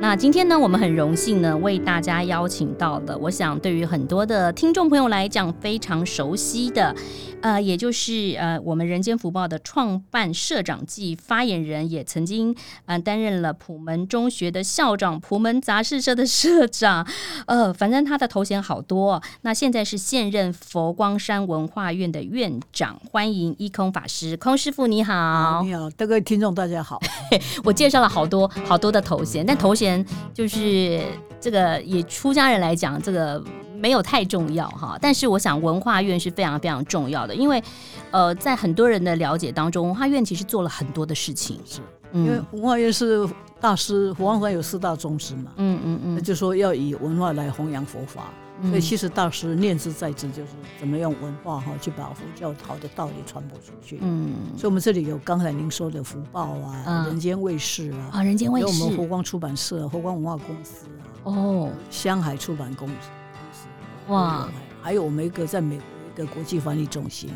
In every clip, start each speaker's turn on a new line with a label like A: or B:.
A: 那今天呢，我们很荣幸呢，为大家邀请到了，我想对于很多的听众朋友来讲非常熟悉的，呃，也就是呃我们人间福报的创办社长暨发言人，也曾经嗯、呃担任了普门中学的校长、普门杂志社的社长， 呃，反正他的头衔好多哦、那现在是现任佛光山文化院的院长，欢迎一空法师，空师傅你好。
B: 你好，各位听众大家好。
A: 我介绍了好多好多的头衔，但头衔就是这个以出家人来讲，这个没有太重要哈。但是我想文化院是非常非常重要的，因为呃，在很多人的了解当中，文化院其实做了很多的事情，
B: 是因为
A: 嗯
B: 文化院是大师，佛光山有四大宗师嘛，
A: 嗯嗯
B: 那
A: 嗯，
B: 就说要以文化来弘扬佛法。所以其实大师念之在之，就是怎么用文化哈去把佛教好的道理传播出去。
A: 嗯
B: 所以我们这里有刚才您说的福报啊，
A: 嗯
B: 人间卫视啊，
A: 啊，人间卫
B: 有我们佛
A: 视
B: 光出版社、啊佛光文化公司啊、
A: 哦
B: 香海出版公司公司
A: 哇
B: 都有，还有我们一个在美国一个国际翻译中心，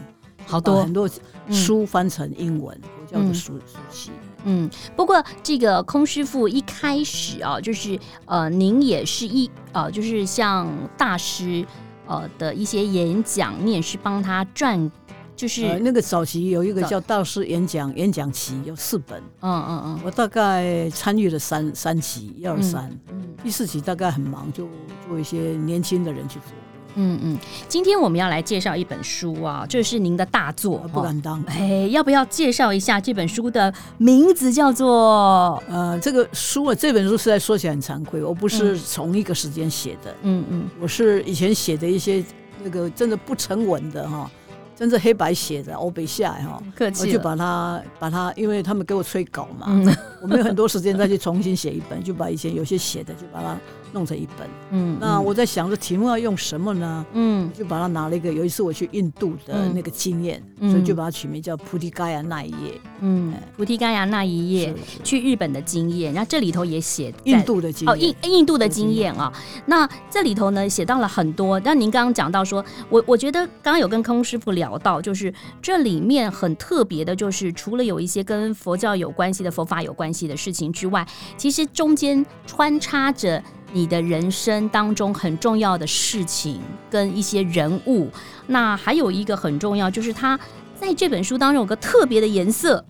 A: 好
B: 把
A: 多
B: 很多
A: 嗯
B: 书翻成英文，佛教
A: 嗯
B: 的书书籍。
A: 嗯，不过这个空师傅一开始啊，就是呃，您也是一呃，就是像大师呃的一些演讲，你也是帮他撰，就是、
B: 呃，那个早期有一个
A: 早
B: 叫大师演讲演讲集，有四本，
A: 嗯嗯
B: 我大概参与了三三期，一二
A: 嗯
B: 三，
A: 嗯
B: 第四期大概很忙，就做一些年轻的人去做，
A: 嗯嗯。今天我们要来介绍一本书啊，这是您的大作
B: 我，呃不
A: 哦。
B: 敢当。
A: 哎，要不要介绍一下这本书的名字叫做？
B: 呃，这个书啊，这本书实在说起来很惭愧，我不是同一个时间写的，
A: 嗯嗯
B: 我是以前写的一些那个真的不成文的哈，真的黑白写的，欧北下来哈，，
A: 客
B: 我
A: 气
B: 就
A: 了。
B: 把它把它，因为他们给我催稿嘛，
A: 嗯
B: 我没有很多时间再去重新写一本，就把以前有些写的就把它弄成一本。
A: 嗯，
B: 那我在想这题目要用什么呢？
A: 嗯
B: 就把它拿了一个，有一次我去印度的
A: 嗯
B: 那个经验，
A: 嗯
B: 所以就把它哎取名叫菩提伽亚那一夜。
A: 嗯，菩提伽亚那一夜，
B: 是是
A: 去日本的经验，那这里头也写在
B: 印度的经
A: 哦，
B: 验
A: 印。印度的经验啊、那这里头呢写到了很多。那您刚刚讲到说，我我觉得刚刚有跟空师傅聊到，就是这里面很特别的，就是除了有一些跟佛教有关系的、佛法有关系的事情之外，其实中间穿插着你的人生当中很重要的事情跟一些人物。那还有一个很重要，就是它在这本书当中有个特别的颜色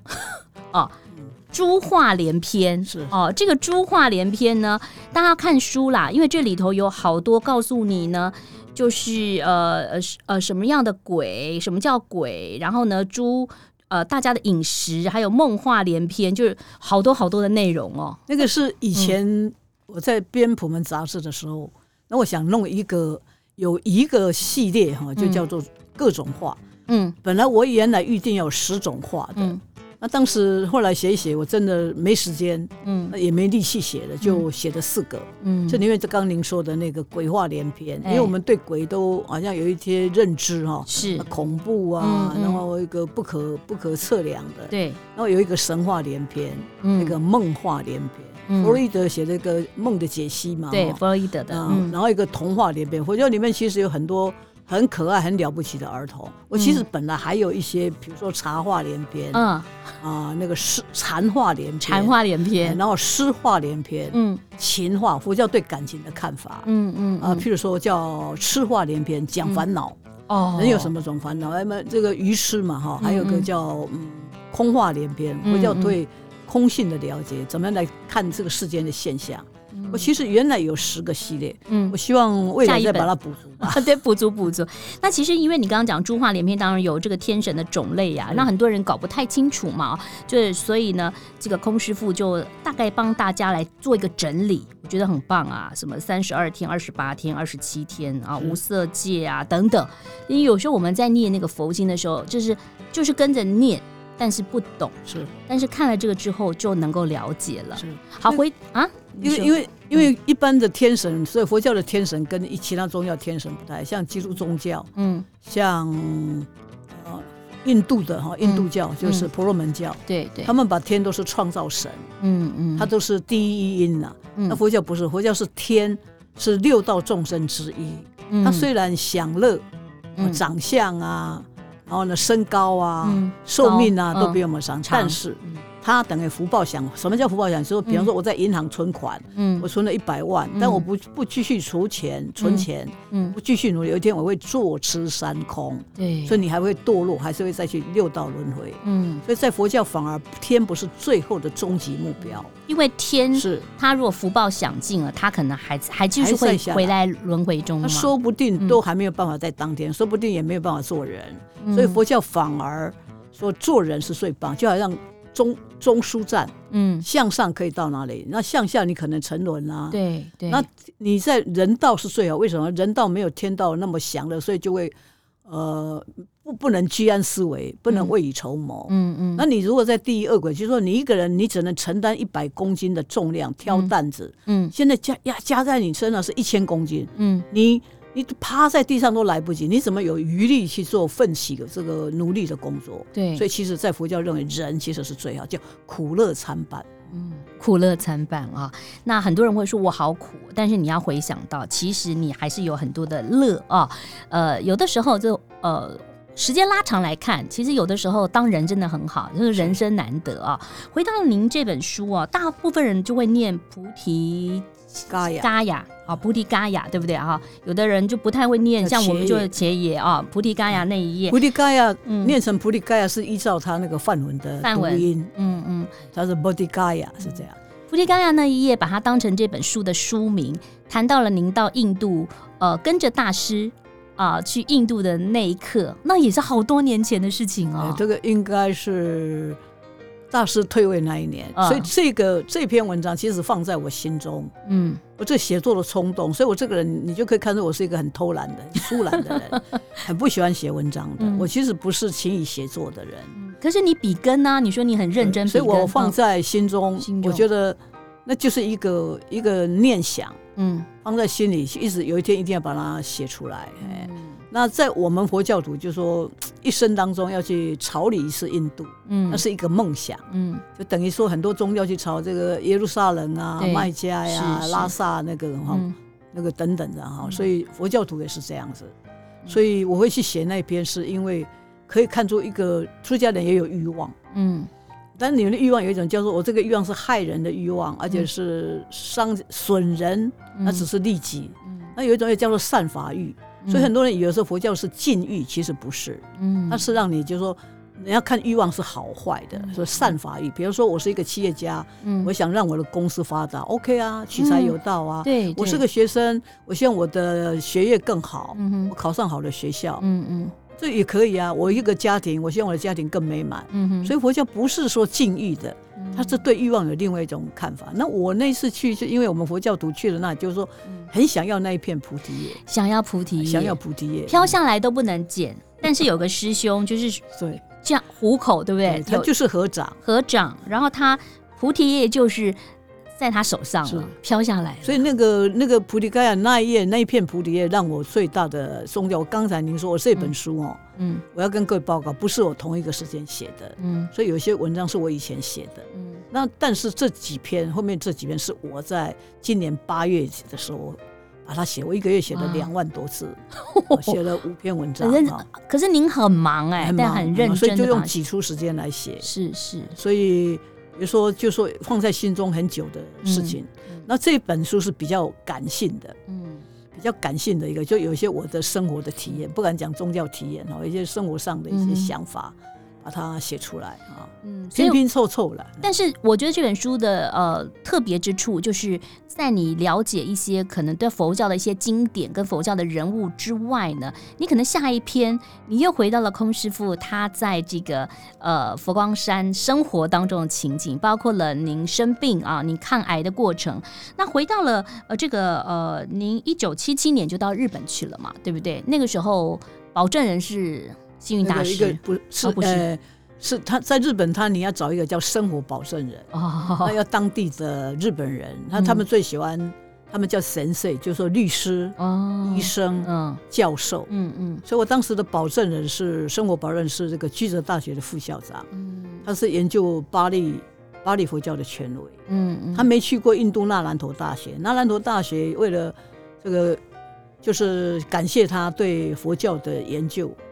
A: 哦。珠画连篇
B: 是
A: 哦，这个珠画连篇呢，大家看书啦，因为这里头有好多告诉你呢，就是呃呃是呃什么样的鬼，什么叫鬼，然后呢猪呃大家的饮食，还有梦话连篇，就是好多好多的内容哦。
B: 那个是以
A: 嗯
B: 前我在编《普门杂志》的时候，那我想弄一个有一个系列哈，就叫做各种画。
A: 嗯
B: 本来我原来预定有十种画的，
A: 嗯
B: 那当时后来写一写，我真的没时间，
A: 嗯
B: 那也没力气写了，就写了四个。
A: 嗯
B: 就因为这刚您说的那个鬼话连篇，
A: 哎
B: 因为我们对鬼都好像有一些认知哈、
A: 是
B: 恐怖
A: 嗯
B: 啊，
A: 嗯
B: 然后一个不可不可测量的，
A: 对，
B: 然后有一个神话连篇，
A: 嗯
B: 那个梦话连篇，
A: 嗯
B: 弗洛伊德写的一个梦的解析嘛，
A: 对
B: 哈
A: 弗洛伊德的，
B: 嗯，
A: 嗯
B: 然后一个童话连篇，佛教里面其实有很多。很可爱、很了不起的儿童。我其实本来还有一些，比如说茶话连篇啊、
A: 嗯，
B: 那个诗禅话连篇，
A: 禅话连
B: 哎，
A: 篇，
B: 然后诗话连篇，
A: 嗯
B: 情话，佛教对感情的看法，
A: 嗯嗯
B: 啊，
A: 嗯
B: 譬如说叫痴话连篇，讲烦恼，
A: 哦，
B: 人有什么种烦恼？哎，那这个愚痴嘛哈，
A: 嗯
B: 还有个
A: 嗯
B: 叫嗯空话连篇，
A: 嗯
B: 佛教对空性的了解，怎么样来看这个世间的现象？
A: 嗯？
B: 我其实原来有十个系列，
A: 嗯
B: 我希望未
A: 下
B: 来
A: 一
B: 再
A: 本
B: 把它补足吧。
A: 啊，对，补足补足。那其实因为你刚刚讲珠画连篇，当然有这个天神的种类
B: 嗯
A: 呀、那很多人搞不太清楚嘛，哦就是所以呢，这个空师傅就大概帮大家来做一个整理，我觉得很棒啊，什么三十二天、二十八天、二十七天啊，无色界啊等等。因为有时候我们在念那个佛经的时候，就是就是跟着念，但是不懂，
B: 是
A: 但是看了这个之后就能够了解了。
B: 是，
A: 好，
B: 那
A: 回啊，
B: 因为
A: 为
B: 因为
A: 嗯
B: 因为一般的天神，所以佛教的天神跟其他宗教天神不太像，基督宗教，
A: 嗯，
B: 像呃印度的哈印度
A: 嗯
B: 教、就是婆罗门教，
A: 对对
B: 他，们把天都是创造神，
A: 嗯嗯，
B: 它都是第一因呐、那
A: 嗯
B: 佛教不是，佛教是天，是六道众生之一。
A: 嗯
B: 他虽然享乐、
A: 嗯
B: 长相啊，然后呢身高啊、
A: 嗯
B: 寿命啊
A: 高
B: 都比我们长，但是
A: 嗯
B: 他等于福报享。什么叫福报享？就是比方说我在银行存款，
A: 嗯
B: 我存了一百万，
A: 嗯
B: 但我不不继续储钱存钱，
A: 嗯
B: 不继续努力，有一天我会坐吃山空，
A: 对，
B: 所以你还会堕落，还是会再去六道轮回。
A: 嗯，
B: 所以在佛教反而天不是最后的终极目标，
A: 因为天
B: 是
A: 他如果福报享尽了，他可能还还继续
B: 还
A: 会
B: 剩下来
A: 回来轮回中嘛。
B: 他说不定
A: 嗯
B: 都还没有办法在当天，说不定也没有办法做人。
A: 嗯，
B: 所以佛教反而说做人是最棒，就好像中中枢站
A: 嗯，
B: 向上可以到哪里，那向下你可能沉沦啦、
A: 对对，
B: 那你在人道是最好，为什么？人道没有天道那么详了，所以就会呃不不能居安思危，不能
A: 嗯
B: 未雨绸缪。
A: 嗯嗯，
B: 那你如果在地狱恶鬼，就是说你一个人，你只能承担一百公斤的重量，挑
A: 嗯
B: 担子。
A: 嗯
B: 现在加压加在你身上是一千公斤，
A: 嗯
B: 你你趴在地上都来不及，你怎么有余力去做奋起的这个努力的工作？
A: 对，
B: 所
A: 以
B: 以其实，在佛教认为人其实是最好，叫苦乐参半。
A: 嗯苦乐参半啊。那很多人会说我好苦，但是你要回想到，其实你还是有很多的乐啊。呃，有的时候就呃。时间拉长来看，其实有的时候当人真的很好，就是人生难得啊。回到您这本书啊，大部分人就会念菩提
B: 嘎呀，
A: 嘎雅啊，菩提嘎雅，对不对啊？有的人就不太会念，
B: 叫
A: 像我们
B: 茄
A: 就
B: 叶
A: 茄野啊，菩提嘎雅那一页，
B: 菩提嘎呀，
A: 嗯
B: 嗯念成菩提嘎呀是依照他那个梵文的
A: 梵
B: 读
A: 文
B: 音，
A: 嗯嗯，
B: 它是 b o d i Gaya 是这样。
A: 菩提伽亚那一页，把它当成这本书的书名，谈到了您到印度，呃，跟着大师啊、去印度的那一刻，那也是好多年前的事情
B: 呃
A: 哦。
B: 这个应该是大师退位那一年，
A: 嗯
B: 所以这个这篇文章其实放在我心中。
A: 嗯
B: 我这写作的冲动，所以我这个人，你就可以看出我是一个很偷 懒的、很疏懒的人，很不喜欢写文章的。
A: 嗯
B: 我其实不是勤于写作的人，
A: 嗯，可是你笔耕呢、你说你很认真笔
B: 所
A: 耕，
B: 以我
A: 嗯
B: 放在心中，
A: 心中
B: 我觉得那就是一个一个念想，
A: 嗯
B: 放在心里，一直有一天一定要把它写出来。哎，
A: 嗯
B: 那在我们佛教徒就说，一生当中要去朝礼一次印度，
A: 嗯
B: 那是一个梦想。
A: 嗯
B: 就等于说，很多宗教去朝这个耶路撒冷啊、
A: 对
B: 麦加呀、
A: 是是
B: 拉萨那个哈、
A: 嗯
B: 那个等等的哈，
A: 嗯
B: 所以佛教徒也是这样子，所以我会去写那篇，是因为可以看出一个出家人也有欲望，
A: 嗯
B: 但你们的欲望有一种叫做我这个欲望是害人的欲望，而且是伤损人，
A: 嗯
B: 那只是利己，
A: 嗯
B: 那有一种也叫做善法欲，所以很多人以为说佛教是禁欲，其实不是，
A: 嗯
B: 它是让你就是说。你要看欲望是好坏的，
A: 嗯
B: 说善法欲。比如说，我是一个企业家，
A: 嗯
B: 我想让我的公司发达，OK 啊，取财有道啊，
A: 对，
B: 我
A: 对
B: 是个学生，我希望我的学业更好，
A: 嗯
B: 我
A: 哼
B: 考上好的学校，
A: 嗯嗯
B: 这也可以啊。我一个家庭，我希望我的家庭更美满。
A: 嗯哼，嗯
B: 所以佛教不是说禁欲的，
A: 以
B: 它是对欲望有另外一种看法。那我那次去，就因为我们佛教徒去了那，就是说很想要那一片菩提叶，
A: 想要嗯菩提叶，
B: 想要菩提叶
A: 飘下来都不能捡，但是有个师兄就是
B: 对，
A: 这样虎口，对不对？
B: 它
A: 有
B: 就是合掌。
A: 合掌，然后他菩提叶就是在他手上了
B: 是，
A: 飘下来了。
B: 所以那个那个菩提盖亚那一页那一片菩提叶，让我最大的松掉。我刚才您说我这本书哦，
A: 嗯
B: 我要跟各位报告，不是我同一个时间写的，
A: 嗯
B: 所以有些文章是我以前写的。
A: 嗯
B: 那但是这几篇后面这几篇是我在今年八月的时候把它写，我一个月写了
A: 哇
B: 两万 多字，我写了五篇文章
A: 很认真
B: 啊，
A: 可是您很忙哎、但
B: 忙
A: 很认
B: 所以
A: 真
B: 就
A: 的
B: 用挤出时间来写。
A: 是是，
B: 所以比如说，就说放在心中很久的事情。
A: 嗯
B: 那这本书是比较感性的，
A: 嗯
B: 比较感性的一个，就有一些我的生活的体验，不敢讲宗教体验哦，一些生活上的一
A: 嗯
B: 些想法，把它写出来啊，
A: 嗯，所以
B: 拼拼凑凑了。
A: 但是我觉得这本书的呃特别之处，就是在你了解一些可能对佛教的一些经典跟佛教的人物之外呢，你可能下一篇你又回到了空师傅他在这个呃佛光山生活当中的情景，包括了您生病啊，您抗癌的过程。那回到了呃这个呃，您一九七七年就到日本去了嘛，对不对？那个时候保证人是幸运
B: 那
A: 大
B: 个一个
A: 师，
B: 不是、
A: 哦不是
B: 呃是他在日本，他你要找一个叫生活保证人，
A: 哦嗯
B: 那，要当地的日本人，那他们最喜欢，他们叫神社，就是说律师、
A: 哦，
B: 医生、
A: 嗯
B: 教授。
A: 嗯嗯
B: 所以我当时的保证人是生活保证人是这个居泽大学的副校长，
A: 嗯
B: 他是研究巴利巴利佛教的权威。
A: 嗯嗯，
B: 他没去过印度纳兰陀大学，纳兰陀大学为了这个，就是感谢他对佛教的研究，
A: 嗯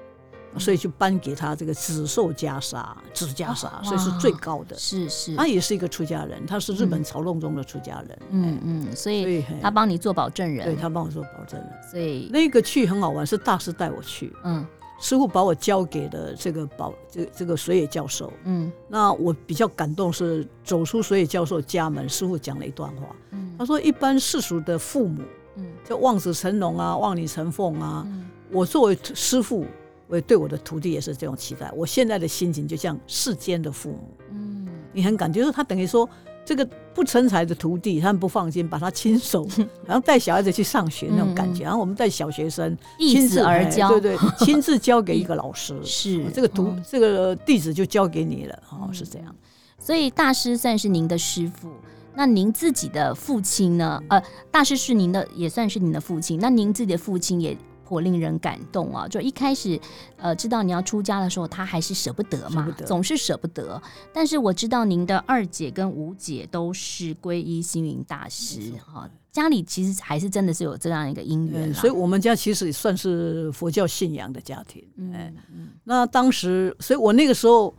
B: 所以就颁给他这个紫寿袈裟，紫袈
A: 哇
B: 裟，所以是最高的。
A: 哦是是，
B: 他也是一个出家人，他是日本朝弄中的出家人，
A: 嗯嗯，所
B: 所
A: 以
B: 以嘿
A: 他帮你做保证人
B: 对，他帮我做保证人。
A: 所以
B: 那个去很好玩，是大师带我去，
A: 嗯
B: 师傅把我交给了这个保这这个水野教授。
A: 嗯
B: 那我比较感动是走出水野教授家门，师傅讲了一段话，
A: 嗯
B: 他说一般世俗的父母
A: 嗯
B: 就望子成龙啊，望女成凤啊。
A: 嗯
B: 我作为师傅，我也对我的徒弟也是这种期待。我现在的心情就像世间的父母，
A: 嗯
B: 你很感觉就是他等于说这个不成才的徒弟，他们不放心，把他亲手， 然后带小孩子去上学那种感觉。然后我们带小学生
A: 依
B: 亲自
A: 嗯子而
B: 哎
A: 教，
B: 对对，亲自交给一个老师，
A: 是
B: 哦这个徒、
A: 嗯
B: 这个弟子就交给你了，哦，
A: 嗯
B: 是这样。
A: 所以大师算是您的师傅。那您自己的父亲呢？呃，大师是您的，也算是您的父亲。那您自己的父亲也颇令人感动啊！就一开始，呃，知道你要出家的时候，他还是舍不得嘛，
B: 舍不得
A: 总是舍不得。但是我知道您的二姐跟五姐都是皈依星云大师
B: 没错
A: 哈、家里其实还是真的是有这样一个因缘
B: 嗯，
A: 啦
B: 所以我们家其实也算是佛教信仰的家庭，
A: 嗯
B: 哎，
A: 嗯
B: 那当时，所以我那个时候，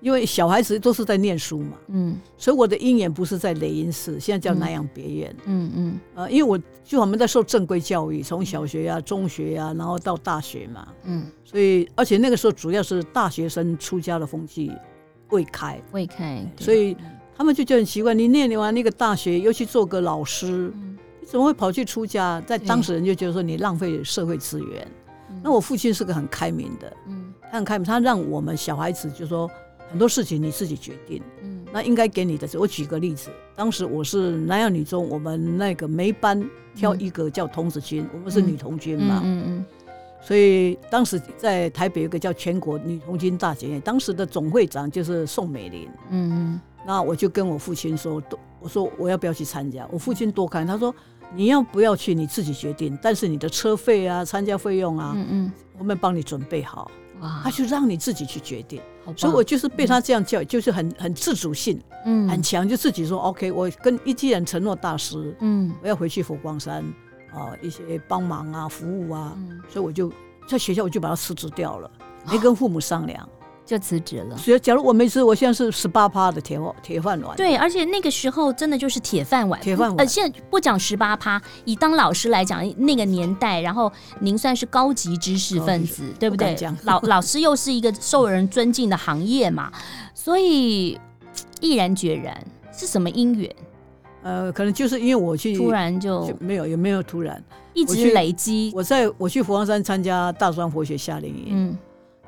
B: 因为小孩子都是在念书嘛，
A: 嗯
B: 所以我的鹰眼不是在雷音寺，现在叫南洋别院。
A: 嗯嗯
B: 呃，因为我就我们在受正规教育，从小学呀、啊中学呀、然后到大学嘛，
A: 嗯，
B: 所以而且那个时候主要是大学生出家的风气未开，
A: 未开，对
B: 所以他们就觉得很奇怪，你念完那个大学，又去做个老师，
A: 嗯
B: 你怎么会跑去出家？在
A: 对
B: 当时人就觉得说你浪费社会资源。
A: 嗯
B: 那我父亲是个很开明的，
A: 嗯
B: 他很开明，他让我们小孩子就说很多事情你自己决定，
A: 嗯
B: 那应该给你的。我举个例子，当时我是南洋女中，我们那个每班挑一个叫童子军，我们是女童军嘛，
A: 嗯
B: 所以当时在台北有个叫全国女童军大检验，当时的总会长就是宋美龄。
A: 嗯嗯
B: 那我就跟我父亲说，多我说我要不要去参加？我父亲多看，他说你要不要去你自己决定，但是你的车费啊、参加费用啊，
A: 嗯嗯
B: 我们帮你准备好，
A: 嗯，哇
B: 他，就让你自己去决定。
A: 好
B: 所以
A: 棒
B: 我就是被他这样教育，就是很很自主性
A: 嗯
B: 很强，就自己说 OK，我跟一既然承诺大师，
A: 嗯
B: 我要回去佛光山啊、一些帮忙啊、服务啊，
A: 嗯，哦
B: 所以我就在学校我就把他辞职掉了，没跟父母商量。
A: 就辞职了。
B: 所以假如我没辞，我现在是十八趴的铁饭铁饭碗。
A: 对，而且那个时候真的就是铁饭碗，
B: 铁饭碗
A: 呃，现在不讲十八趴，以当老师来讲，那个年代，然后您算是高级知识分子，对不
B: 不敢
A: 对
B: 讲？
A: 老老师又是一个受人尊敬的行业嘛，所以毅然决然是什么因缘？
B: 呃，可能就是因为我去
A: 突然就
B: 就没有也没有突然，
A: 一
B: 我
A: 直
B: 去
A: 累积，
B: 我在我去佛光山参加大专佛学夏令营，
A: 嗯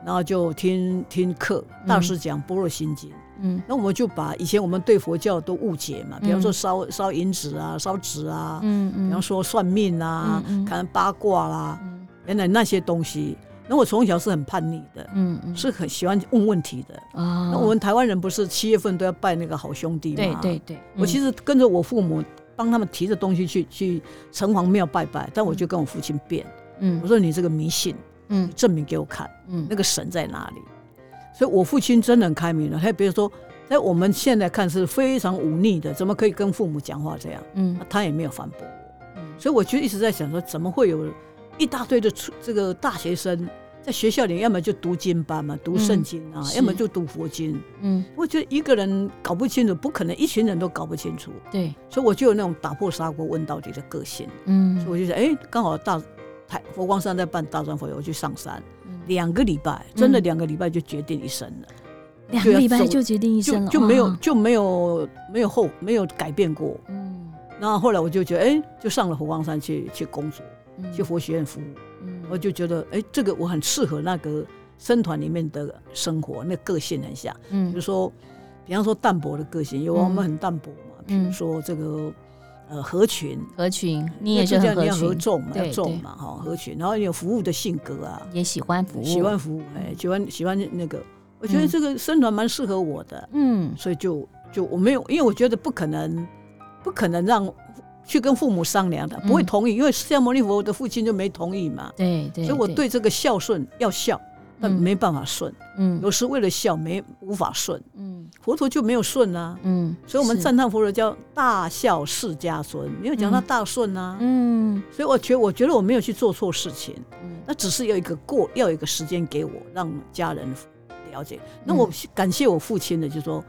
B: 然后就听听课，大师讲《般若心经》
A: 嗯
B: 那我们就把以前我们对佛教都误解嘛，比方说烧烧银纸啊、烧纸啊，
A: 嗯
B: 比方
A: 嗯
B: 说算命啊、
A: 嗯嗯
B: 看八卦啦，
A: 嗯
B: 原来那些东西。那我从小是很叛逆的，
A: 嗯嗯
B: 是很喜欢问问题的。
A: 啊，
B: 那我们台湾人不是七月份都要拜那个好兄弟吗？
A: 对对嗯对，
B: 我其
A: 实
B: 实跟着我父母帮他们提着东西去去城隍庙拜拜，但我就跟我父亲辩，
A: 嗯
B: 我说你这个迷信，
A: 嗯
B: 证明给我看。
A: 嗯
B: 那个神在哪里。所以我父亲真的很开明了，他比如说，在我们现在看是非常忤逆的，怎么可以跟父母讲话这样？
A: 嗯
B: 那他也没有反驳我，
A: 嗯
B: 所以我就一直在想说，怎么会有一大堆的初这个大学生在学校里，要么就读经班嘛，读圣经啊，
A: 是
B: 要么就读佛经。
A: 嗯，
B: 我觉得一个人搞不清楚，不可能一群人都搞不清楚，
A: 对，
B: 所以我就有那种打破砂锅问到底的个性。
A: 嗯
B: 所以我就想，哎，刚好大台佛光山在办大专佛友，我去上山
A: 嗯，
B: 两个礼拜，真的
A: 嗯
B: 两个礼拜就决定一生了，
A: 两个礼拜
B: 啊走
A: 就决定一生
B: 就
A: 了，嗯
B: 就没有
A: 哇
B: 就没有没有后没有改变过。
A: 嗯
B: 那后来我就觉得，哎，就上了佛光山去去工作，
A: 嗯
B: 去佛学院服务，
A: 嗯
B: 我就觉得，哎，这个我很适合那个僧团里面的生活，那个性很像，比
A: 嗯
B: 如说，比方说淡泊的个性，有啊
A: 嗯
B: 我们很淡泊嘛，比
A: 嗯
B: 如说这个呃合群。
A: 合群，你也
B: 因
A: 是
B: 为出家
A: 很
B: 人
A: 合
B: 要合
A: 群，
B: 众嘛，
A: 对
B: 要众嘛，哈，合群，然后有服务的性格啊，
A: 也喜欢服务，
B: 喜欢服务，哎，喜欢喜欢那个。我觉得
A: 嗯
B: 这个僧团蛮适合我的，
A: 嗯
B: 所以就就我没有，因为我觉得不可能，不可能让去跟父母商量的，不会
A: 嗯
B: 同意，因为释迦牟尼佛的父亲就没同意嘛，
A: 对对，
B: 所以我对这个孝顺要孝，但
A: 嗯
B: 没办法顺，
A: 嗯
B: 有时为了孝没无法顺，
A: 嗯
B: 佛陀就没有顺啊，
A: 嗯，
B: 所以我们
A: 是
B: 赞叹佛陀叫大孝世家尊，没有讲他
A: 嗯
B: 大顺啊，
A: 嗯
B: 所以我觉得我觉得我没有去做错事情，
A: 嗯
B: 那只是要一个过，要有一个时间给我，让家人了解。那
A: 嗯
B: 我感谢我父亲的，就说，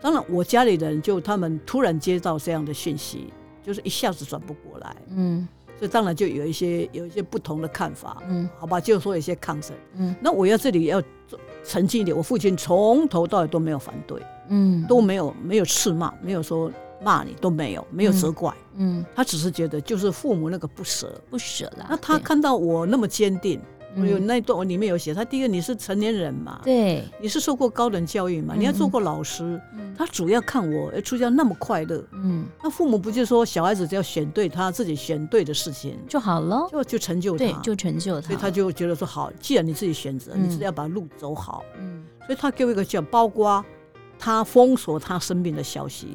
B: 当然我家里人就他们突然接到这样的讯息，就是一下子转不过来，
A: 嗯
B: 所以当然就有一些有一些不同的看法，
A: 嗯
B: 好吧，就说有一些抗争。
A: 嗯
B: 那我要这里要做澄清一点，我父亲从头到尾都没有反对，
A: 嗯
B: 都没有没有斥骂，没有说骂你都没有，没
A: 嗯
B: 有责怪，
A: 嗯
B: 他只是觉得就是父母那个不舍。
A: 不舍啦。
B: 那他
A: 啊对
B: 看哎到我那么坚定。我有
A: 嗯
B: 那一段，我里面有写，他第一个你是成年人嘛，
A: 对，
B: 你是受过高等教育嘛，
A: 嗯
B: 你要做过老师。
A: 嗯
B: 他主要看我呃出家那么快乐，
A: 嗯
B: 那父母不就说小孩子只要选对他自己选对的事情，
A: 就好了，
B: 就就成就他，
A: 对，就成就他，
B: 所以他就觉得说好，既然你自己选择，
A: 嗯
B: 你自己要把路走好，
A: 嗯。
B: 所以他给我一个叫包括他封锁他生病的消息，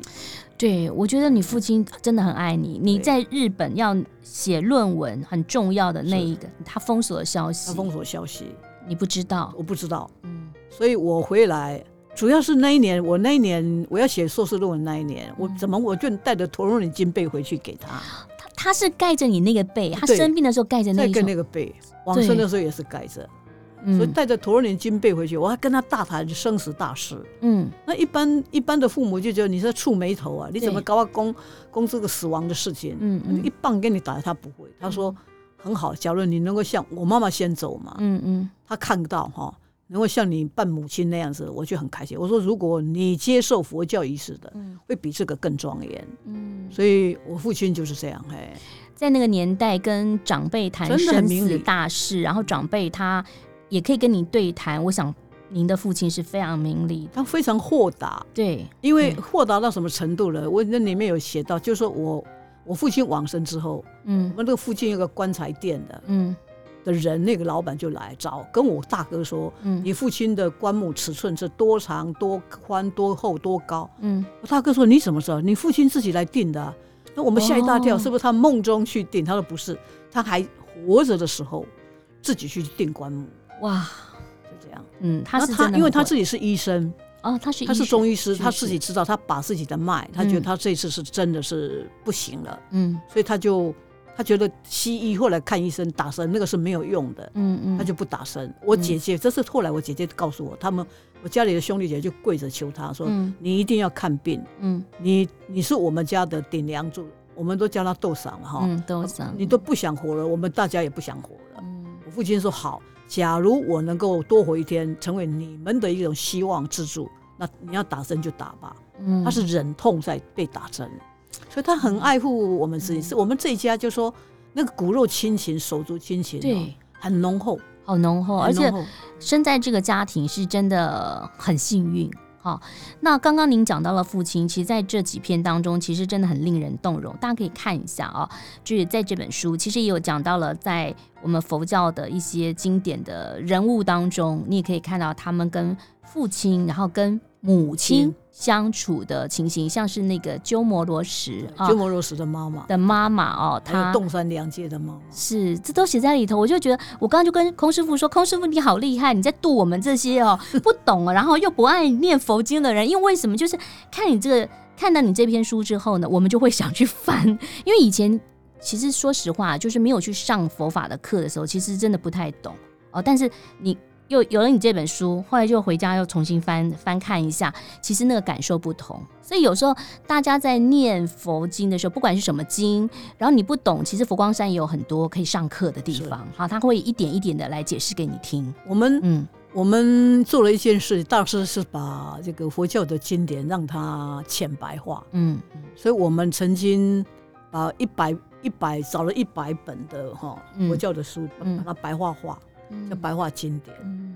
A: 对，我觉得你父亲真的很爱你。你在日本要写论文很重要的那一个，他封锁的消息
B: 他，封锁消息，
A: 你不知道。
B: 我不知道，
A: 嗯
B: 所以我回来，主要是那一年，我那一年我要写硕士论文那一年，我
A: 嗯
B: 怎么我就带着陀罗尼金被回去给他，
A: 他他是盖着你那个被，他
B: 对
A: 生病的时候盖着那
B: 再
A: 一
B: 跟
A: 种，
B: 那个被往生的时候也是盖着，所以
A: 嗯
B: 带着陀罗尼金被回去，我还跟他大谈生死大事。
A: 嗯
B: 那一般一般的父母就觉得你是触眉头啊，你怎么
A: 对
B: 搞啊公公这个死亡的事情？
A: 嗯嗯
B: 一棒给你打，他不会，他说很好，假如你能够像我妈妈先走嘛，
A: 嗯嗯
B: 他看到哈，能够像你扮母亲那样子，我就很开心。我说，如果你接受佛教仪式的，
A: 嗯
B: 会比这个更庄严。
A: 嗯，
B: 所以我父亲就是这样，嘿，
A: 在那个年代跟长辈谈
B: 真的很
A: 生
B: 明
A: 死
B: 理
A: 大事，然后长辈他也可以跟你对谈。我想您的父亲是非常明理的，
B: 他非常豁达，
A: 对，
B: 因为
A: 对
B: 豁达到什么程度了？我那里面有写到，就是说我我父亲往生之后，我
A: 嗯
B: 们这个附近有个棺材店的
A: 嗯
B: 的人，那个老板就来找，跟我大哥说，
A: 嗯
B: 你父亲的棺木尺寸是多长、多宽、多厚、多高？
A: 嗯，
B: 我大哥说：“你怎么知道？你父亲自己来定的啊、那我们吓一大跳，
A: 哦
B: 是不是他梦中去定？他说不是，他还活着的时候自己去定棺木，
A: 哇，
B: 就这样。
A: 嗯，他
B: 那
A: 是真的
B: 因为
A: 很
B: 他
A: 会
B: 自己是医生，
A: 哦，他是
B: 他是
A: 医
B: 中
A: 生，
B: 医师，
A: 是
B: 他
A: 是
B: 自己知道他把自己的脉，他觉得
A: 嗯
B: 他这次是真的是不行了，
A: 嗯
B: 所以他就他觉得西医后来看医生打针那个是没有用的。
A: 嗯嗯，
B: 他就不打针。我姐姐，这是后来我姐姐告诉我，他们我家里的兄弟姐就跪着求他说：“
A: 嗯
B: 你一定要看病，
A: 嗯
B: 你你是我们家的顶梁柱，我们都叫他豆嗓了哈。
A: 嗯都想
B: 哦你都不想活了，我们大家也不想活了。
A: 嗯
B: 我父亲说好，假如我能够多活一天，成为你们的一种希望支柱，那你要打针就打吧。
A: 嗯
B: 他是忍痛在被打针，所以他很爱护我们自己。
A: 嗯
B: 是我们这一家就说那个骨肉亲情、手足亲情、哦，
A: 对
B: 很浓厚，
A: 好浓厚，而
B: 很浓
A: 且
B: 厚
A: 生在这个家庭是真的很幸运。好，那刚刚您讲到了父亲，其实在这几篇当中，其实真的很令人动容。大家可以看一下啊、就是在这本书，其实也有讲到了，在我们佛教的一些经典的人物当中，你也可以看到他们跟父亲，然后跟母亲
B: 亲
A: 相处的情形，像是那个鸠摩罗什啊
B: 鸠摩罗什的妈妈，
A: 的妈妈哦，
B: 还有
A: 她
B: 洞山良介的妈妈，
A: 是，这都写在里头。我就觉得，我刚刚就跟空师傅说，空师傅你好厉害，你在度我们这些哦不懂啊，然后又不爱念佛经的人，因为为什么？就是看你这个，看到你这篇书之后呢，我们就会想去翻， 因为以前其实说实话，就是没有去上佛法的课的时候，其实真的不太懂哦。但是你又有了你这本书，后来就回家又重新翻翻看一下，其实那个感受不同。所以有时候大家在念佛经的时候，不管是什么经，然后你不懂，其实佛光山也有很多可以上课的地方，好，他会一点一点的来解释给你听。
B: 我们
A: 嗯
B: 我们做了一件事，大师是把这个佛教的经典让它浅白化，
A: 嗯
B: 所以我们曾经把一百一百找了一百本的哈、
A: 嗯
B: 佛教的书，
A: 嗯
B: 把它白话化，
A: 嗯
B: 叫白话经典。
A: 嗯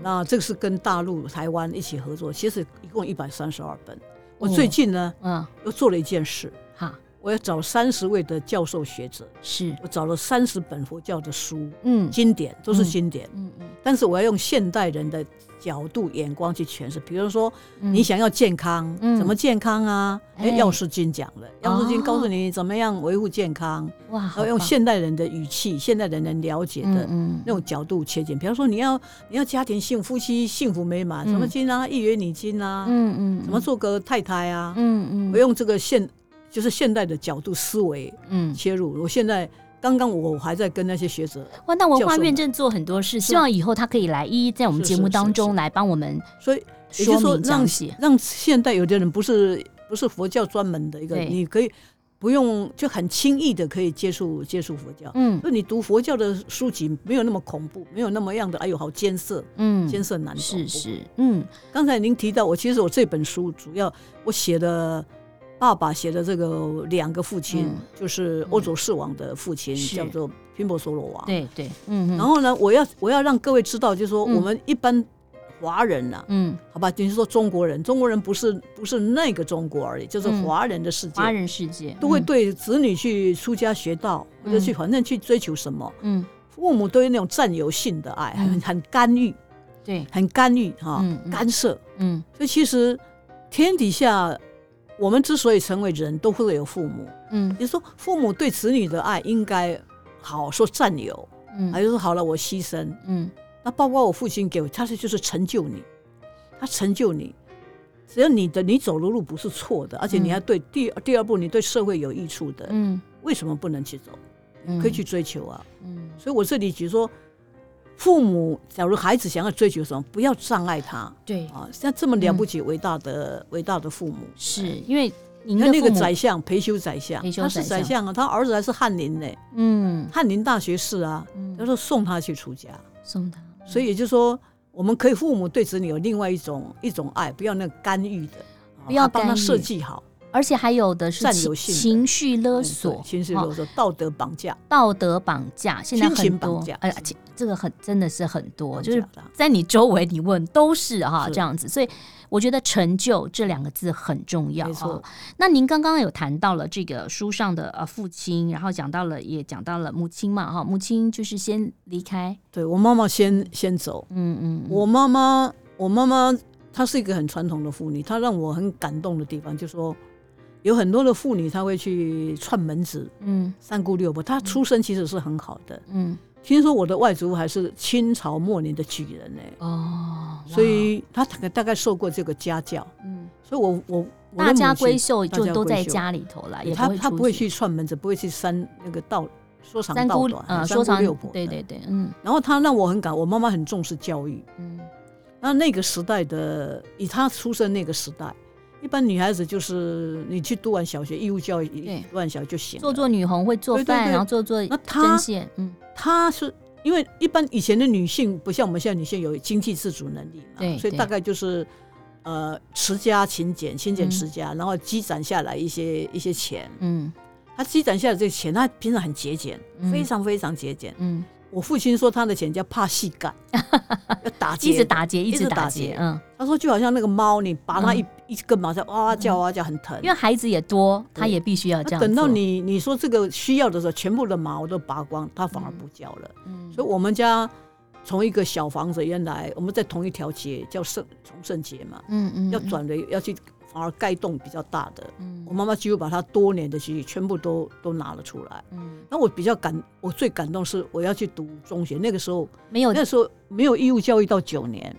B: 那这个是跟大陆、台湾一起合作，其实一共一百三十二本。我
A: 哦
B: 最近呢
A: 嗯
B: 又做了一件事，
A: 好
B: 我要找三十位的教授学者，
A: 是，
B: 我找了三十本佛教的书，
A: 嗯
B: 经典都是经典，
A: 嗯嗯
B: 但是我要用现代人的角度眼光去诠释。比如说，
A: 嗯，
B: 你想要健康，
A: 嗯
B: 怎么健康啊？哎，
A: 哎
B: 药师经讲了，药师经告诉你怎么样维护健康，
A: 哇，
B: 然后用现代人的语气、现代人能了解的
A: 嗯
B: 那种角度切进。比方说，你要你要家庭幸福、夫妻幸福美满，
A: 嗯
B: 什么经啊，一元礼经啊，
A: 嗯嗯，
B: 怎么做个太太啊？
A: 嗯？嗯
B: 我
A: 嗯，
B: 用这个现就是现代的角度思维
A: 嗯，
B: 切入。我现在刚刚我还在跟那些学者，
A: 哇，那文
B: 教
A: 化
B: 授
A: 院
B: 们
A: 正做很多事，希
B: 是
A: 望以后他可以来一一在我们
B: 是
A: 节
B: 是
A: 目
B: 是
A: 当
B: 是
A: 中来帮我们
B: 所以也就
A: 说
B: 是说
A: 明
B: 让
A: 讲解。
B: 让现代有的人不是不是佛教专门的一个，
A: 对
B: 你可以不用就很轻易的可以接触接触佛教。
A: 嗯
B: 就你读佛教的书籍没有那么恐怖，没有那么样的，哎呦，好艰涩，
A: 嗯，
B: 艰涩难懂。
A: 是是，嗯
B: 刚才您提到我，其实我这本书主要我写的爸爸写的这个两个父亲，
A: 嗯
B: 就是欧洲世王的父亲，
A: 是
B: 叫做宾波索罗王。
A: 对对，嗯，
B: 然后呢，我要我要让各位知道，就是说
A: 嗯
B: 我们一般华人啊呐、
A: 嗯，
B: 好吧，就是说中国人，中国人不是不是那个中国而已，就是
A: 嗯
B: 华人的世界，
A: 华人世界
B: 都会
A: 嗯
B: 对子女去出家学道，或者去
A: 嗯
B: 反正去追求什么，
A: 嗯
B: 父母对那种占有性的爱，
A: 嗯
B: 很很干预，
A: 对，
B: 很干预哈、
A: 嗯嗯
B: 啊干涉。
A: 嗯
B: 所以其实天底下，我们之所以成为人，都会有父母。
A: 嗯
B: 你说父母对子女的爱应该好说占有，
A: 嗯
B: 还是说好了我牺牲？
A: 嗯
B: 那包括我父亲给我，他是就是成就你，他成就你。只要你的你走的路不是错的，而且你还对第第二步你对社会有益处的，
A: 嗯
B: 为什么不能去走？
A: 嗯，
B: 可以去追求啊！
A: 嗯
B: 所以我这里只说，父母假如孩子想要追求什么，不要障碍他
A: 对，
B: 啊！像这么了不起、伟大的伟大的父母，
A: 是因为您
B: 你
A: 嗯的
B: 看那个
A: 父母
B: 宰相裴修宰相
A: 裴，修
B: 他是
A: 宰
B: 宰相啊，他儿子还是翰林呢，
A: 嗯
B: 翰林大学士啊，他
A: 嗯
B: 说送他去出家，
A: 送他，
B: 所以也就是说，我们可以父母对子女有另外一种一种爱，不要那个干预的，啊
A: 不要
B: 帮他
A: 干预
B: 设计好
A: 而且还有的是
B: 占
A: 情
B: 有性的
A: 情绪勒
B: 嗯
A: 索
B: 对，情绪
A: 哈
B: 勒索、道德绑架，
A: 道德绑架，现在
B: 亲
A: 很
B: 情
A: 多
B: 绑架，
A: 哎呀，亲这个很真的是很多，
B: 绑
A: 就是
B: 架的啊
A: 在你周围你问都是哈
B: 是
A: 这样子，所以我觉得成就这两个字很重要
B: 没
A: 啊
B: 错。
A: 那您刚刚有谈到了这个书上的呃父亲，然后讲到了也讲到了母亲嘛哈，母亲就是先离开，
B: 对我妈妈先先走，
A: 嗯嗯，
B: 我妈妈，我妈妈她是一个很传统的妇女，她让我很感动的地方，就说有很多的妇女她会去串门子、
A: 嗯
B: 三姑六婆，她出身其实是很好的。
A: 嗯
B: 听说我的外祖父还是清朝末年的举人呢、
A: 哦，
B: 所以她大概大概受过这个家教，
A: 哇嗯，
B: 所以我我我的
A: 大家
B: 母亲
A: 闺秀
B: 大
A: 就
B: 家
A: 都
B: 闺
A: 在
B: 秀
A: 家里头了，也
B: 她
A: 会
B: 她
A: 出
B: 不会去串门子，不会去三那个道说长
A: 三
B: 道
A: 姑
B: 短，
A: 呃说
B: 三姑
A: 长
B: 六婆，
A: 对对。对，嗯
B: 然后她让我很感，我妈妈很重视教育。
A: 嗯
B: 那那个时代的，以她出生那个时代，一般女孩子就是你去读完小学，义务教育
A: 对
B: 读完小学就行了。
A: 做做女红会做
B: 对对
A: 饭，
B: 对
A: 然后做做
B: 那
A: 针
B: 她
A: 线，嗯
B: 她是因为一般以前的女性不像我们现在女性有经济自主能力嘛，
A: 对
B: 所以
A: 对
B: 大概就是呃持家勤俭，勤俭
A: 嗯
B: 持家，然后积攒下来一些一些钱。
A: 嗯
B: 她积攒下来这个钱，她平常很节俭，
A: 嗯
B: 非常非常节俭。
A: 嗯，
B: 我父亲说他的钱叫怕细 干，要打结，
A: 一直打结，一
B: 一
A: 直
B: 直
A: 打
B: 打
A: 结，
B: 结
A: 嗯。
B: 他说就好像那个猫，你拔它
A: 嗯
B: 一、一根毛在哇哇叫哇哇叫，很疼。
A: 因为孩子也多，
B: 对
A: 他也必须要这样。
B: 那等到，你你说这个需要的时候，全部的毛都拔光，它反而
A: 嗯
B: 不叫了。
A: 嗯
B: 所以我们家从一个小房子，原来我们在同一条街叫圣崇圣街嘛，
A: 嗯嗯
B: 要，转为要去反而盖栋比较大的。
A: 嗯
B: 我妈妈几乎把她多年的积蓄全部都都拿了出来。
A: 嗯，
B: 那我比较感，我最感动是我要去读中学，那个时候
A: 没有
B: 那时候没有义务教育到九年，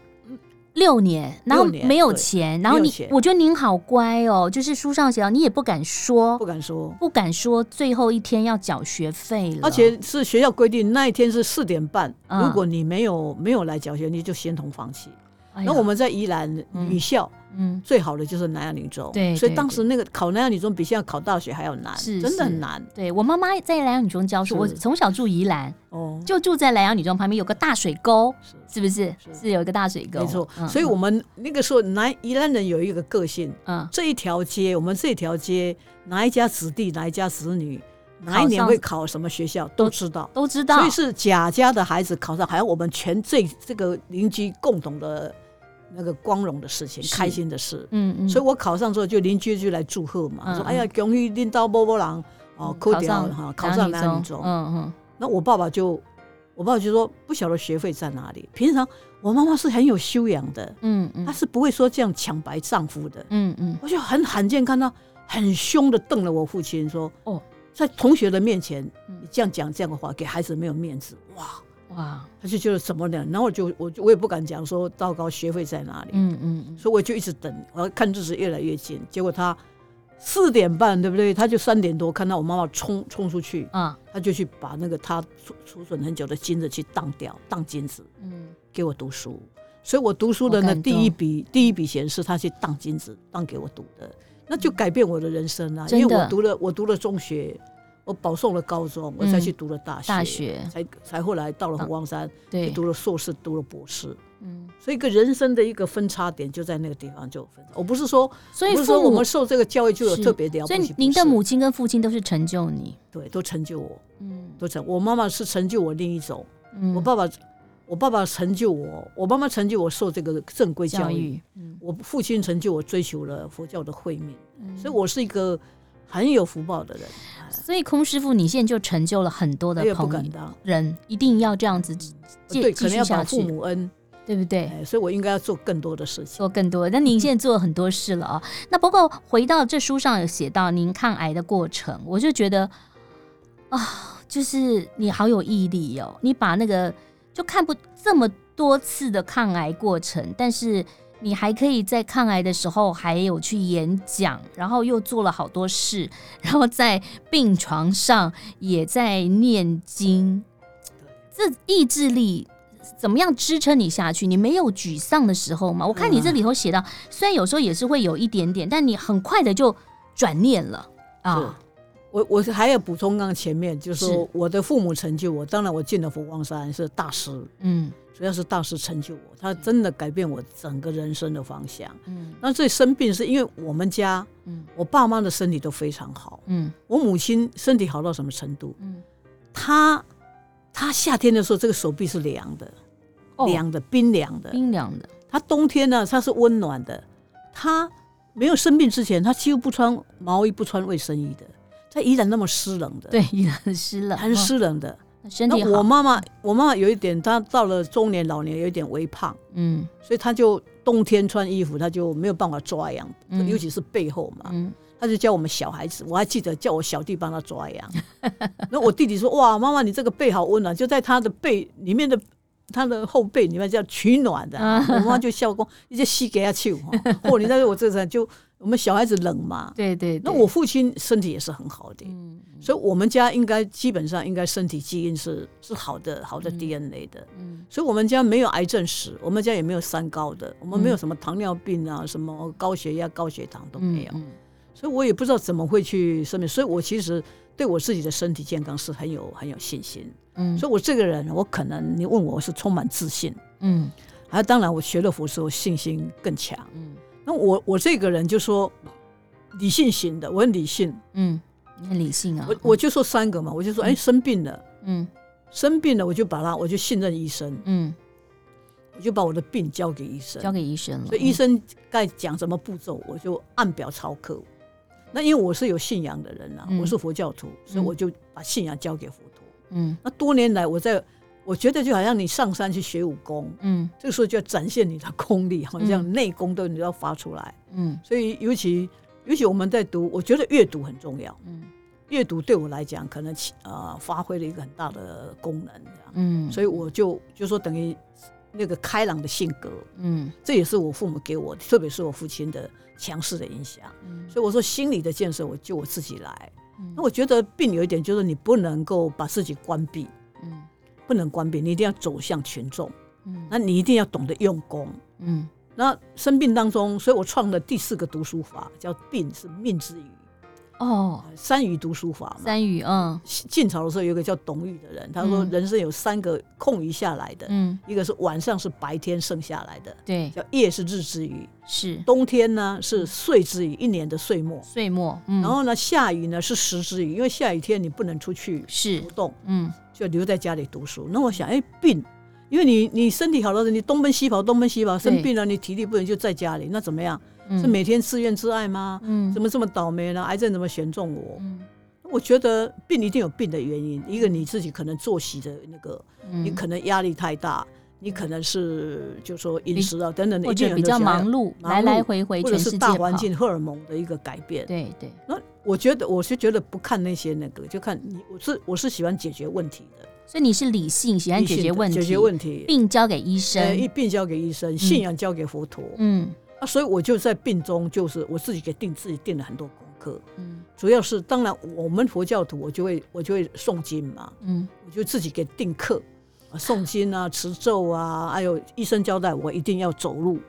A: 六年，然后
B: 六年
A: 没有
B: 对
A: 钱，然后
B: 没有
A: 你，
B: 钱
A: 我觉得您好乖哦，就是书上写到，你也不敢说
B: 不，敢说。
A: 不敢说最后一天要缴学费了，
B: 而且是学校规定那一天是四点半，
A: 哦嗯
B: 如果你没有没有来缴学，你就先同放弃。
A: 哎呀，
B: 那我们在宜兰
A: 嗯
B: 女校、
A: 嗯
B: 最好的就是南洋女中，
A: 对
B: 所以
A: 对
B: 当时那个考南洋女中比现在考大学还要难，
A: 是
B: 真的
A: 是
B: 很难
A: 对我妈妈在莱阳女中教书，
B: 是
A: 我从小住宜兰，
B: 哦。
A: 就住在莱阳女中旁边有个大水沟，
B: 是
A: 是不是？
B: 是
A: 是有一个大水沟，
B: 没错，
A: 嗯
B: 所以我们那个时候南宜兰人有一个个性，
A: 嗯
B: 这一条街，我们这条街哪一家子弟，哪一家子女，哪一
A: 考
B: 年
A: 上
B: 会考什么学校都知道。
A: 都知道，
B: 所以是贾家的孩子考上，还有我们全这这个邻居共同的那个光荣的事情、
A: 是
B: 开心的事。
A: 嗯嗯，
B: 所以我考上之后，就邻居就来祝贺嘛，
A: 嗯
B: 说：“
A: 嗯
B: 哎呀，恭喜领到某某郎哦，考掉
A: 上
B: 哈，考上南女中。
A: 嗯嗯，
B: 那我爸爸就，我爸爸就说：“不晓得学费在哪里。”平常我妈妈是很有修养的，
A: 嗯嗯，
B: 她是不会说这样抢白丈夫的。
A: 嗯嗯
B: 我就很罕见看到很凶的瞪了我父亲说：“
A: 哦
B: 哦，在同学的面前，
A: 嗯
B: 你这样讲这样的话，给孩子没有面子。”哇，
A: 哇，
B: 他就觉得怎么了？然后我就我就我也不敢讲说糟糕，学费在哪里？
A: 嗯嗯
B: 所以我就一直等，我要看日子越来越近。结果他四点半，对不对？他就三点多看到我妈妈冲冲出去，
A: 嗯啊
B: 他就去把那个他储储存很久的金子去当掉，当金子
A: 嗯
B: 给我读书。所以我读书的
A: 好
B: 呢，
A: 感动
B: 第一笔第一笔钱是他去当金子当给我读的，那就改变我的人生啦、
A: 嗯真的
B: 因为我读了我读了中学，我保送了高中，我才去读了大
A: 嗯
B: 学，
A: 大学嗯
B: 才才后来到了虎光山，
A: 对，
B: 读了硕士，读了博士。
A: 嗯，
B: 所以，一个人生的一个分叉点就在那个地方就有分叉。我不是说，
A: 所以
B: 不是说
A: 父
B: 我
A: 母
B: 们，受这个教育就有
A: 是
B: 特别了不
A: 所
B: 起。
A: 以
B: 不
A: 您的
B: 是
A: 母亲跟父亲都是成就你，
B: 对都成就我，
A: 嗯
B: 都成。我妈妈是成就我另一种，
A: 嗯
B: 我爸爸，我爸爸成就我，我妈妈成就我受这个正规教
A: 教
B: 育，
A: 育，嗯，
B: 我父亲成就我追求了佛教的慧命，
A: 嗯
B: 所以我是一个很有福报的人，
A: 所以空师傅你现在就成就了很多的
B: 我也哎不
A: 朋
B: 敢
A: 友
B: 当。
A: 人，一定要这样子继
B: 对，可
A: 继
B: 能
A: 续
B: 要
A: 下
B: 把父
A: 去，
B: 母恩，
A: 对不对？
B: 哎，所以我应该要做更多的事情。
A: 做更多。那您现在做很多事了啊、那不过回到这书上有写到您抗癌的过程，我就觉得啊，就是你好有毅力哦，你把那个就看不这么多次的抗癌过程，但是。你还可以在抗癌的时候还有去演讲，然后又做了好多事，然后在病床上也在念经，这意志力怎么样支撑你下去？你没有沮丧的时候吗？我看你这
B: 啊
A: 里头写到，虽然有时候也是会有一点点，但你很快的就转念了啊。
B: 我我还要补充，刚刚前面就是
A: 是
B: 说我的父母成就我，当然我进了佛光山是大师，
A: 嗯
B: 主要是大师成就我，他真的改变我整个人生的方向。
A: 嗯
B: 那这生病是因为我们家
A: 嗯
B: 我爸妈的身体都非常好，
A: 嗯
B: 我母亲身体好到什么程度？
A: 嗯，
B: 她她夏天的时候这个手臂是凉的，
A: 哦，
B: 凉的冰凉的，
A: 冰凉的，
B: 她冬天呢她是温暖的，她没有生病之前她几乎不穿毛衣不穿卫生衣的，她依然那么湿冷的，
A: 对， 也很湿冷，
B: 很湿冷的。
A: 哦，身体
B: 那我
A: 好，
B: 妈妈，我妈妈有一点，她到了中年老年有一点微胖，
A: 嗯
B: 所以她就冬天穿衣服，她就没有办法抓痒，
A: 嗯
B: 尤其是背后嘛，
A: 嗯
B: 她就叫我们小孩子，我还记得叫我小弟帮她抓 痒。那我弟弟说：“哇，妈妈你这个背好温暖，就在她的背里面的。”她的后背里面叫取暖的，
A: 啊
B: 我妈妈就笑过，你就吸给她去哦。哦，你在我这上就我们小孩子冷嘛。
A: 对对
B: 那
A: 对
B: 我父亲身体也是很好的，
A: 嗯
B: 所以我们家应该基本上应该身体基因是是好的，好的
A: 嗯
B: DNA 的。
A: 嗯
B: 所以我们家没有癌症史，我们家也没有三高的，我们没有什么糖尿病啊，什么高血压、高血糖都没有。
A: 嗯嗯
B: 所以我也不知道怎么会去生病，所以我其实对我自己的身体健康是很有很有信心。
A: 嗯，
B: 所以我这个人，我可能你问我是充满自信，
A: 嗯
B: 还有当然我学了佛之后信心更强。
A: 嗯
B: 那我我这个人就说理性型的，我很理性，
A: 嗯，你很理性啊，
B: 我我就说三个嘛，我就说哎、生病了。
A: 嗯
B: 生病了，我就把它，我就信任医生，
A: 嗯
B: 我就把我的病交给医生。
A: 交给医生了，
B: 所以医生该讲什么步骤，我就按表操课。那因为我是有信仰的人啊，
A: 嗯
B: 我是佛教徒，所以
A: 嗯
B: 我就把信仰交给佛陀。
A: 嗯
B: 那多年来，我在我觉得就好像你上山去学武功，
A: 嗯
B: 这个时候就要展现你的功力，好像
A: 嗯
B: 内功都你要发出来。
A: 嗯
B: 所以尤其尤其我们在读，我觉得阅读很重要。
A: 嗯
B: 阅读对我来讲，可能起呃发挥了一个很大的功能，这样。
A: 嗯，
B: 所以我就就说等于那个开朗的性格，
A: 嗯
B: 这也是我父母给我，特别是我父亲的强势的影响。
A: 嗯
B: 所以我说心理的建设，我就我自己来。
A: 嗯
B: 那我觉得病有一点就是你不能够把自己关闭，
A: 嗯
B: 不能关闭，你一定要走向群众，
A: 嗯
B: 那你一定要懂得用功。
A: 嗯
B: 那生病当中，所以我创了第四个读书法，叫“病是命之余”，
A: 哦，
B: 三余读书法嘛。
A: 三语，嗯
B: 晋朝的时候有一个叫董翊的人，他说
A: 嗯
B: 人生有三个空余下来的，
A: 嗯，
B: 一个是晚上是白天剩下来的，
A: 对，
B: 叫夜是日之余；
A: 是
B: 冬天呢是岁之余，一年的岁末。
A: 岁末，嗯，
B: 然后呢，下雨呢是时之余，因为下雨天你不能出去
A: 是
B: 活，动，
A: 嗯
B: 就留在家里读书。那我想，哎，病因为你你身体好了，你东奔西跑，东奔西跑，
A: 对
B: 生病了，你体力不行就在家里，那怎么样？
A: 嗯
B: 是每天自怨自艾吗？
A: 嗯
B: 怎么这么倒霉呢？癌症怎么选中我？
A: 嗯
B: 我觉得病一定有病的原因，一个你自己可能作息的那个，
A: 嗯
B: 你可能压力太大，你可能是就说饮食啊等等的，
A: 或
B: 一定
A: 者
B: 有
A: 比较
B: 很多想
A: 忙
B: 法，
A: 碌，
B: 忙
A: 来来
B: 碌
A: 回回
B: 或
A: 全
B: 者
A: 世界
B: 是大环
A: 跑，
B: 境荷尔蒙的一个改变。
A: 对对，
B: 那我觉得我是觉得不看那些那个，就看你，我是我是喜欢解决问题的，
A: 所以你是理性，喜欢
B: 理
A: 解
B: 性
A: 决
B: 的
A: 问题，
B: 解决问题。
A: 并交给医
B: 呃，一
A: 生，
B: 病交给医生，信仰交给佛陀、
A: 嗯
B: 啊，所以我就在病中，就是我自己给定自己定了很多功课，
A: 嗯
B: 主要是当然我们佛教徒，我就会我就会诵经嘛，
A: 嗯
B: 我就自己给定课，啊诵经啊、持咒啊，还有医生交代我一定要走路，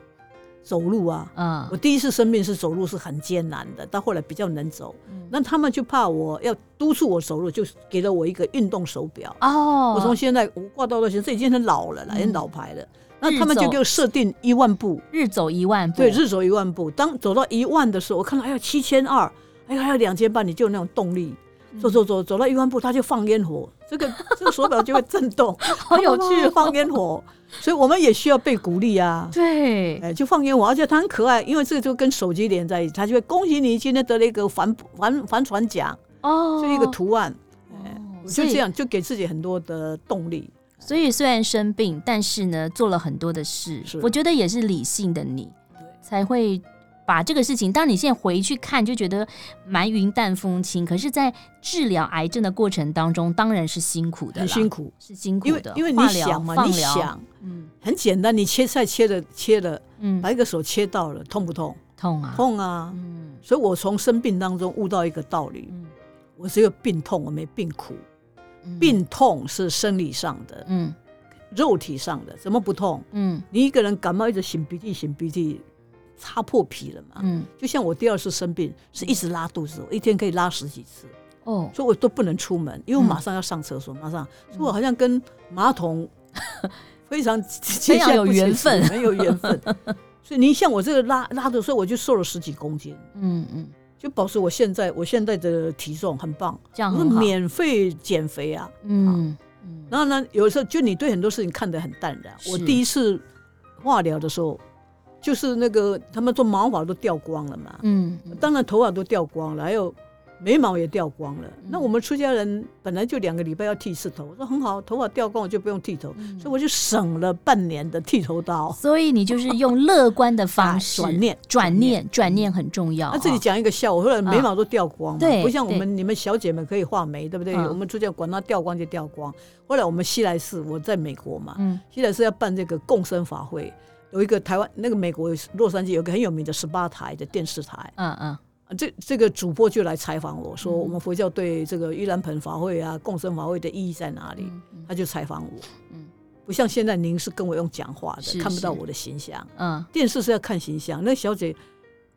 B: 走路啊。
A: 啊
B: 我，第一次生病是走路是很艰难的，到后来比较能走。
A: 嗯
B: 那他们就怕我要督促我走路，就给了我一个运动手表。
A: 哦，
B: 我从现在我挂到到现在，这已经很老了啦，
A: 嗯
B: 很老牌了。那他们就
A: 日走
B: 给我设定一万步，
A: 日走一万步，
B: 对，日走一万步。当走到一万的时候，我看到哎呀七千二，哎呀还有两千八，你就有那种动力。
A: 嗯
B: 走走走，走到一万步，它就放烟火，这个这个手表就会震动，
A: 好有趣哦
B: 放烟火，所以我们也需要被鼓励啊。
A: 对，
B: 哎，就放烟火，而且它很可爱，因为这个就跟手机连在一起，它就会恭喜你今天得了一个帆帆帆船奖，
A: 哦，
B: 就一个图案，哎
A: 哦，
B: 我
A: 所
B: 就
A: 以
B: 这样就给自己很多的动力。
A: 所以虽然生病，但是呢，做了很多的事
B: 是，
A: 我觉得也是理性的你
B: 对，
A: 才会把这个事情。当你现在回去看，就觉得蛮云淡风轻。可是，在治疗癌症的过程当中，当然是辛苦的啦，
B: 很辛苦，
A: 是辛苦
B: 因为
A: 的，
B: 因为你
A: 化疗
B: 想嘛，
A: 放
B: 你
A: 疗，
B: 想
A: 嗯
B: 很简单，你切菜切了切了，
A: 嗯
B: 把，一个手切到了，痛不痛？
A: 痛啊，
B: 痛啊！
A: 嗯
B: 所以我从生病当中悟到一个道理，
A: 嗯
B: 我只有病痛，我没病苦。
A: 嗯
B: 病痛是生理上的、
A: 嗯
B: 肉体上的，怎么不痛？
A: 嗯
B: 你一个人感冒一直擤鼻涕、擤鼻涕，擦破皮了嘛？
A: 嗯
B: 就像我第二次生病，是一直拉肚子，我一天可以拉十几次，
A: 哦，
B: 所以我都不能出门，因为我
A: 嗯
B: 马上要上厕所，马上，所以我好像跟马桶非常非
A: 非常有缘分
B: 很有缘分。所以你像我这个拉拉的时候，我就瘦了十几公斤，
A: 嗯嗯，
B: 就保持我现在我现在的体重很棒，
A: 这样
B: 我是
A: 嗯很好，
B: 免啊费减肥啊。
A: 嗯嗯
B: 然后呢，有时候就你对很多事情看得很淡然。
A: 是
B: 我第一次化疗的时候，就是那个他们说毛发都掉光了嘛，
A: 嗯嗯
B: 当然头发都掉光了，还有眉毛也掉光
A: 嗯
B: 了。那我们出家人本来就两个礼拜要剃一次头，我说很好，头发掉光我就不用剃头，
A: 嗯
B: 所以我就省了半年的剃头刀。啊
A: 所以你就是用乐观的方式
B: 转念
A: 转
B: 转
A: 念
B: 念，
A: 转念很重要
B: 那
A: 啊。
B: 这里讲一个笑话，后来眉毛都掉光嘛，
A: 对
B: 不像
A: 哦
B: 我
A: 对
B: 们你们小姐们可以画眉，对不对？
A: 嗯
B: 我们出家管它掉光就掉光。后来我们西来寺，我在美国嘛，
A: 嗯
B: 西来寺要办这个共生法会，有一个台湾那个美国洛杉矶有一个很有名的十八台的电视台，
A: 嗯嗯
B: 啊这这个主播就来采访我说，我们佛教对这个盂兰盆法会啊、共生法会的意义在哪里？
A: 嗯嗯
B: 他就采访我，
A: 嗯
B: 不像现在您是跟我用讲话
A: 是
B: 的，看不到
A: 是
B: 我的形象。
A: 嗯，
B: 电视是要看形象，那小姐。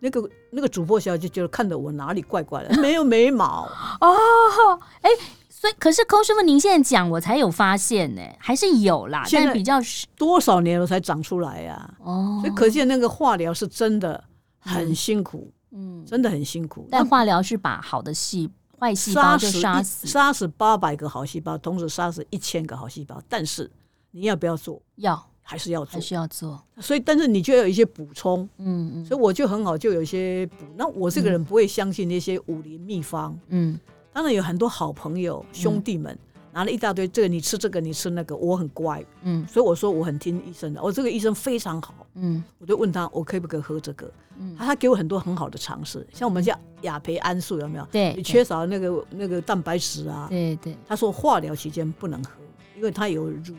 B: 那个那个主播小姐就觉得看得我哪里怪怪的，没有眉毛，哦哎
A: 所以可是空师傅，您现在讲我才有发现呢，还是有啦，
B: 现在
A: 但比较是
B: 多少年了才长出来呀、
A: 哦
B: 所以，可见那个化疗是真的很辛苦，
A: 嗯，
B: 真的很辛苦。
A: 但化疗是把好的细坏细胞
B: 杀
A: 就
B: 死一
A: 杀死，
B: 杀死八百个好细胞，同时杀死一千个好细胞。但是你要不要做，
A: 要
B: 还是要
A: 还
B: 做。
A: 是要做，
B: 所以，但是你就要有一些补充。
A: 嗯嗯
B: 所以我就很好，就有一些补。那我这个人不会相信那些武林秘方，
A: 嗯
B: 当然有很多好朋友兄弟们。拿了一大堆，这个你吃这个，你吃那个，我很乖，
A: 嗯
B: 所以我说我很听医生的。哦我、这个医生非常好，
A: 嗯
B: 我就问他我可不可以喝这个，
A: 嗯，
B: 他他给我很多很好的尝试，像我们叫亚培胺素有没有？
A: 对
B: 你缺少那个那个蛋白质啊，
A: 对对，
B: 他说化疗期间不能喝，因为它有乳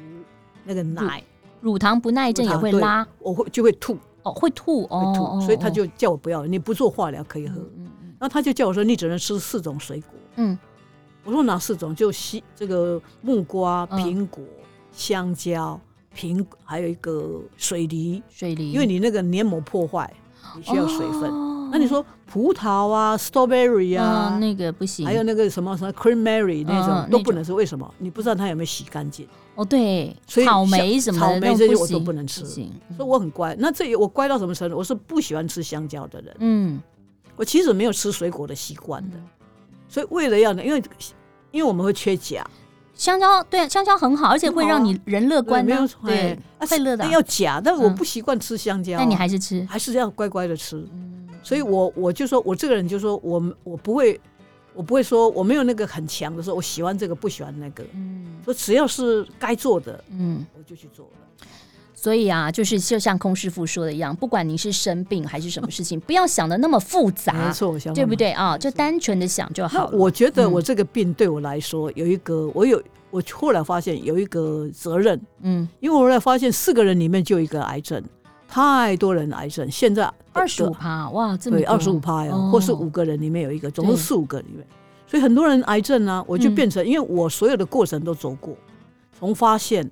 B: 那个奶，
A: 乳糖不耐症也会
B: 乳糖对
A: 拉
B: 我会就会吐，
A: 哦，会吐
B: 会
A: 哦
B: 吐，
A: 哦，
B: 所以他
A: 哦
B: 就叫我不要，你不做化疗可以喝。
A: 嗯嗯
B: 然后他就叫我说，你只能吃四种水果。
A: 嗯
B: 我说哪四种？就西这个木瓜、
A: 嗯
B: 苹果、香蕉、苹，还有一个水梨，
A: 水梨，
B: 因为你那个黏膜破坏，你需要水分。
A: 哦
B: 那你说葡萄啊，strawberry 啊，
A: 嗯那个不行，
B: 还有那个什么什么 cream mary 那种、
A: 嗯嗯
B: 都
A: 那
B: 不能吃，为什么？你不知道它有没有洗干净。
A: 哦，对，
B: 所以
A: 草
B: 像
A: 莓什么
B: 草
A: 的
B: 莓
A: 那
B: 这
A: 种
B: 些
A: 不
B: 我都
A: 行
B: 不能吃
A: 不行
B: 所以我很乖。那这我乖到什么程度？我是不喜欢吃香蕉的人，
A: 嗯，
B: 我其实没有吃水果的习惯的
A: 嗯。
B: 所以为了要呢，因为因为我们会缺钾，
A: 香蕉对香蕉很好，而且会让你人乐观
B: 啊没
A: 呢、
B: 有
A: 对
B: 哎，啊
A: 快乐的啊
B: 那要假，但我
A: 嗯
B: 不习惯吃香蕉啊，
A: 但你还是吃，
B: 还是要乖乖的吃。
A: 嗯
B: 所以我我就说我这个人就说我我不会，我不会说我没有那个很强的说我喜欢这个不喜欢那个，
A: 嗯
B: 说只要是该做的
A: 嗯，
B: 我就去做了。
A: 所以啊，就是就像空师傅说的一样，不管你是生病还是什么事情，不要想的那么复杂，
B: 错，我想
A: 对不
B: 法
A: 对啊？就单纯的想就
B: 那
A: 好了。
B: 我觉得
A: 嗯
B: 我这个病对我来说有一个，我有我后来发现有一个责任，
A: 嗯，
B: 因为我后来发现四个人里面就有一个癌症，太多人癌症，现在
A: 二十五
B: 得
A: 趴，哇，这么
B: 对
A: 多
B: 二十五趴呀
A: 哦，
B: 或是五个人里面有一个，总
A: 对
B: 共四五个里面，所以很多人癌症呢、我就
A: 嗯
B: 变成、因为我所有的过程都走过，从发现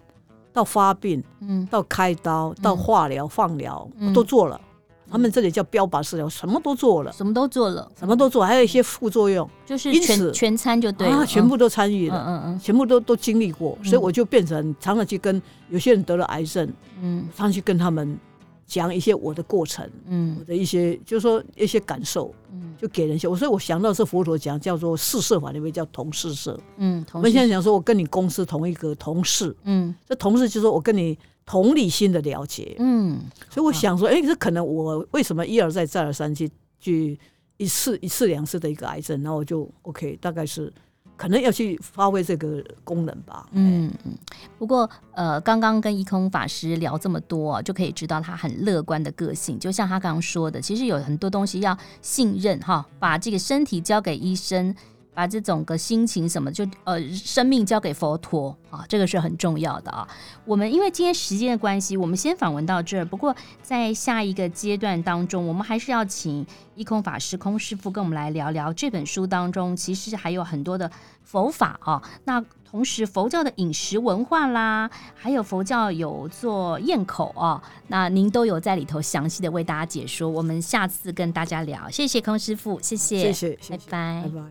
B: 到发病
A: 嗯
B: 到开刀到化疗、放疗、
A: 嗯
B: 我都做了，他们这里叫标靶治疗，什么都做了，
A: 什么都做了，
B: 什么都做，还有一些副作用
A: 就是
B: 因
A: 全
B: 此
A: 全餐就对了，
B: 啊，全部都参与
A: 嗯
B: 了。
A: 嗯
B: 全部都都经历过，
A: 嗯
B: 所以我就变成常常去跟有些人得了癌症，
A: 嗯
B: 常常去跟他们讲一些我的过程，我
A: 嗯
B: 的一些就是说一些感受，
A: 嗯
B: 就给人一些。我所以我想到是佛陀讲叫做四摄法里面叫同事摄。
A: 嗯，
B: 我
A: 同
B: 们现在
A: 事，
B: 讲说我跟你公司同一个同事，
A: 嗯
B: 这同事就说我跟你同理心的了解，
A: 嗯
B: 所以我想说，哎、这可能我为什么一而再再而三去去一次一次两次的一个癌症，然后我就 OK，大概是可能要去发挥这个功能吧。
A: 嗯嗯。不过呃，刚刚跟一空法师聊这么多哦，就可以知道他很乐观的个性。就像他刚刚说的，其实有很多东西要信任哈，把这个身体交给医生。把这种个心情什么，就呃，生命交给佛陀啊，这个是很重要的啊。我们因为今天时间的关系，我们先访问到这儿。不过在下一个阶段当中，我们还是要请一空法师、空师傅跟我们来聊聊这本书当中，其实还有很多的佛法啊。那同时，佛教的饮食文化啦，还有佛教有做宴口啊，那您都有在里头详细的为大家解说。我们下次跟大家聊，谢谢空师傅，谢谢，
B: 谢谢，谢谢
A: 拜拜
B: 拜拜。